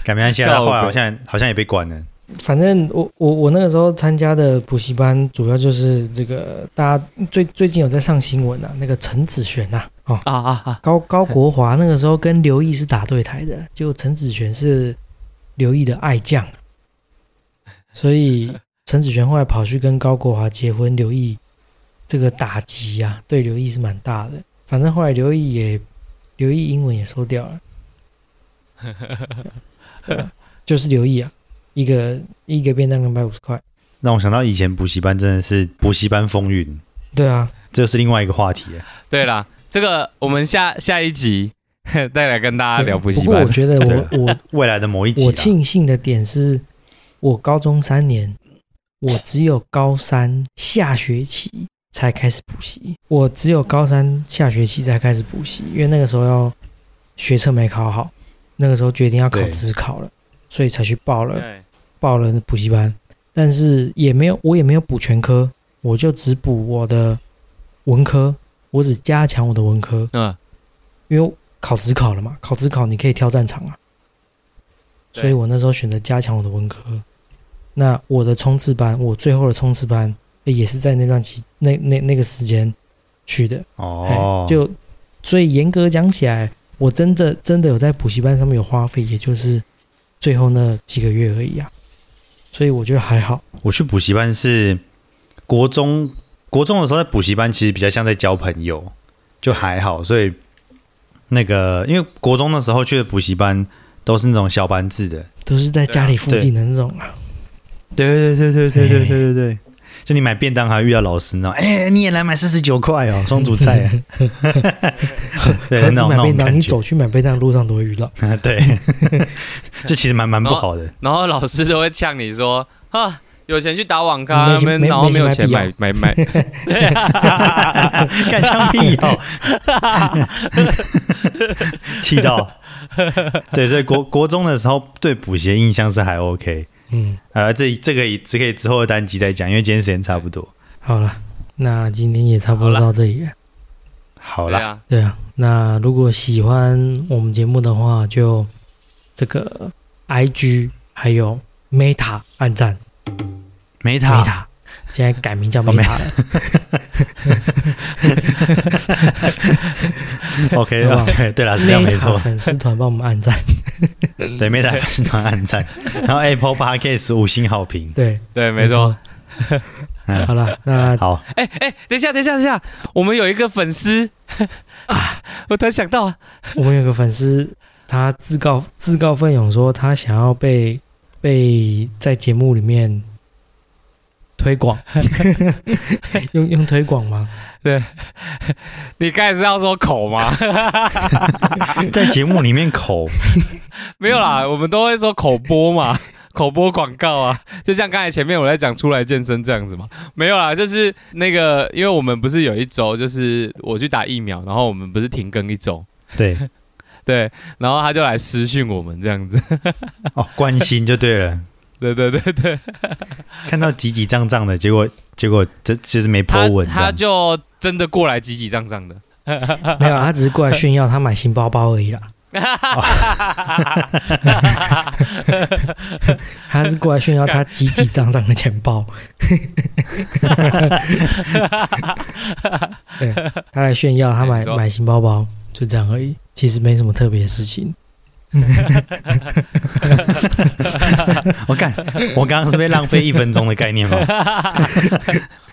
改变现在他后来好像好像也被关了。
反正我我我那个时候参加的补习班，主要就是这个大家最最近有在上新闻啊，那个陈子璇呐、啊，哦，
啊啊啊！
高高国华那个时候跟刘毅是打对台的，结果陈子璇是刘毅的爱将，所以陈子璇后来跑去跟高国华结婚，刘毅这个打击啊，对刘毅是蛮大的。反正后来刘毅也刘毅英文也收掉了，就是刘毅啊，一个一个便当两百五十块，
让我想到以前补习班真的是补习班风云，
对啊，
这是另外一个话题啊。
对啦，这个我们下下一集 <laughs> 再来跟大家聊补习
不过
班 <laughs>
我。觉得
对
我我
未来的某一集
我
啊，
庆幸的点是，我高中三年，我只有高三下学期才开始补习，我只有高三下学期才开始补习，因为那个时候要学测没考好，那个时候决定要考
对
职考了，所以才去报了
对
报了补习班，但是也没有我也没有补全科，我就只补我的文科，我只加强我的文科，
嗯，
因为考职考了嘛，考职考你可以挑战场啊，
对
所以我那时候选择加强我的文科。那我的冲刺班，我最后的冲刺班呃也是在那段期那那那个时间去的，
哦
嘿，就所以严格讲起来，我真的真的有在补习班上面有花费，也就是最后那几个月而已啊，所以我觉得还好。
我去补习班是国中国中的时候，在补习班其实比较像在交朋友，就还好。所以那个因为国中的时候去的补习班都是那种小班制的，
都是在家里附
对
近的那种啊，
对对对对对对
嘿
对对对。就你买便当还会遇到老师那种，哎、你也来买四十九块哦，双主菜、啊。对，那
何止
种那
买
种
便当，
感
你
觉，
走去买便当的路上都会遇到。
对，就其实蛮蛮不好的。
然后老师都会呛你说啊。有钱去打网咖，
没钱
们
没
然后
没
没有
钱
钱
买
买买
<laughs>
买， <laughs> 对啊，
干枪屁哦！气到。 <laughs> 对，所以国国中的时候对补习的印象是还 OK。
嗯，
呃，这这个也只可以之后的单集再讲，因为今天时间差不多。
好了，那今天也差不
好
多
啦
到这里了。
好
对
啦，
啊，
对啊，那如果喜欢我们节目的话，就这个 I G 还有 Meta 暗赞
没塔
Meta，现在改名叫
哦没
Meta 了，
<laughs>
OK
好
啊，
不好
对对啦，是这样没
Meta
错。
粉丝团帮我们暗赞，
对，没塔粉丝团按
<laughs>
赞，然后 Apple Podcast 五星好评。 <laughs>
对，
对，没错。。
嗯
好了，那
<laughs>
好，
哎哎，等一下，等一下，等一下，我们有一个粉丝 <laughs> 啊，我突然想到啊，
我们有个粉丝，他自告自告奋勇说他想要被被在节目里面
<laughs>
推广，用用推广吗？
你刚才是要说口吗？ <laughs>
在节目里面口，
没有啦，我们都会说口播嘛， <laughs> 口播广告啊，就像刚才前面我在讲出来健身这样子嘛，没有啦，就是那个，因为我们不是有一周，就是我去打疫苗，然后我们不是停更一周，
对
对，然后他就来私讯我们这样子， <laughs>
哦，关心就对了。
对对对对，
看到挤挤胀胀的，结果结果这其实没
他
波纹，
他就真的过来挤挤胀胀的。 <laughs>
没有，他只是过来炫耀他买新包包而已啦。他是过来炫耀他挤挤胀胀的钱
<laughs>
包，对他来炫耀他
哎你
买
说
买新包包，就这样而已。其实没什么特别的事情。
我干，我刚刚是被浪费一分钟的概念
<laughs>
吗？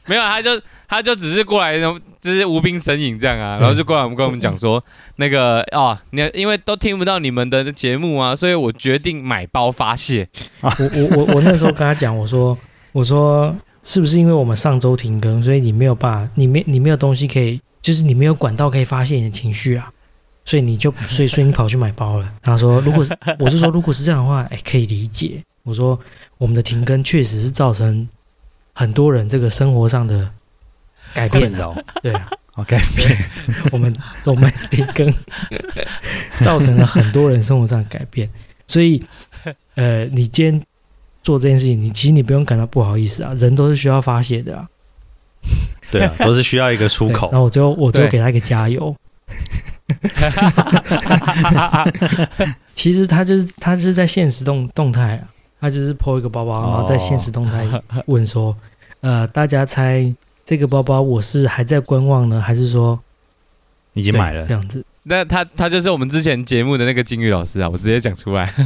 没有，他就他就只是过来，然后就是无病呻吟这样啊，然后就过来我们跟我们讲说，那个哦，你因为都听不到你们的节目啊，所以我决定买包发泄。
我我我我那时候跟他讲，我说我说是不是因为我们上周停更，所以你没有办法，你没你没有东西可以，就是你没有管道可以发泄你的情绪啊，所以你就所以所以你跑去买包了。他说，如果是我是说如果是这样的话，哎，可以理解。我说我们的停更确实是造成很多人这个生活上的改变
困
啊
扰
对啊，
，OK，
<laughs> 我们我们停更，造成了很多人生活上的改变。所以，呃，你今天做这件事情，你其实你不用感到不好意思啊，人都是需要发泄的啊。
对啊，都是需要一个出
对
口
然。后我最后我最
对
后给他一个加油。 <laughs> 其实他就是他就是在现实动动态啊，他就是 PO 一个包包，然后在现实动态
哦
问说，呃，大家猜这个包包我是还在观望呢，还是说
已
你
经买了
这，样子？
那他他就是我们之前节目的那个金玉老师啊，我直接讲出来。 <laughs>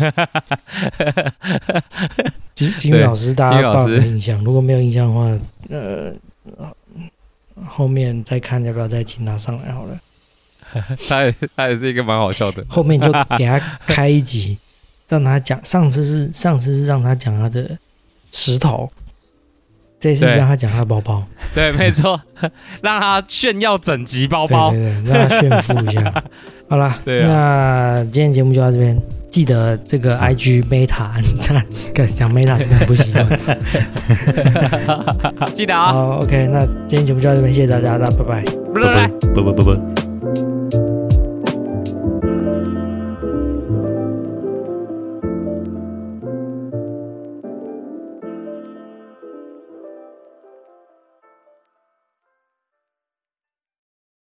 金金宇
对
老师，大
金
家
宇老
报
师
有印象，如果没有印象的话，呃，后面再看要不要再请他上来好了。
他也他也是一个蛮好笑的。
后面就给他开一集，让他讲。上次是上次是让他讲他的石头，这次
对
让他讲他的包包，
对，没错，让他炫耀整集包
包
包。
对对对，让他炫富
<laughs>
一下。好啦，
对啊
那今天节目就到这边，记得这个 I G Meta <laughs> 按赞，干讲 Meta 真的很
<laughs>
不习惯。
记得啊，
好，OK，那今天节目就到这边，谢谢大家，大家拜拜。
啊不不
不
不。
不不不。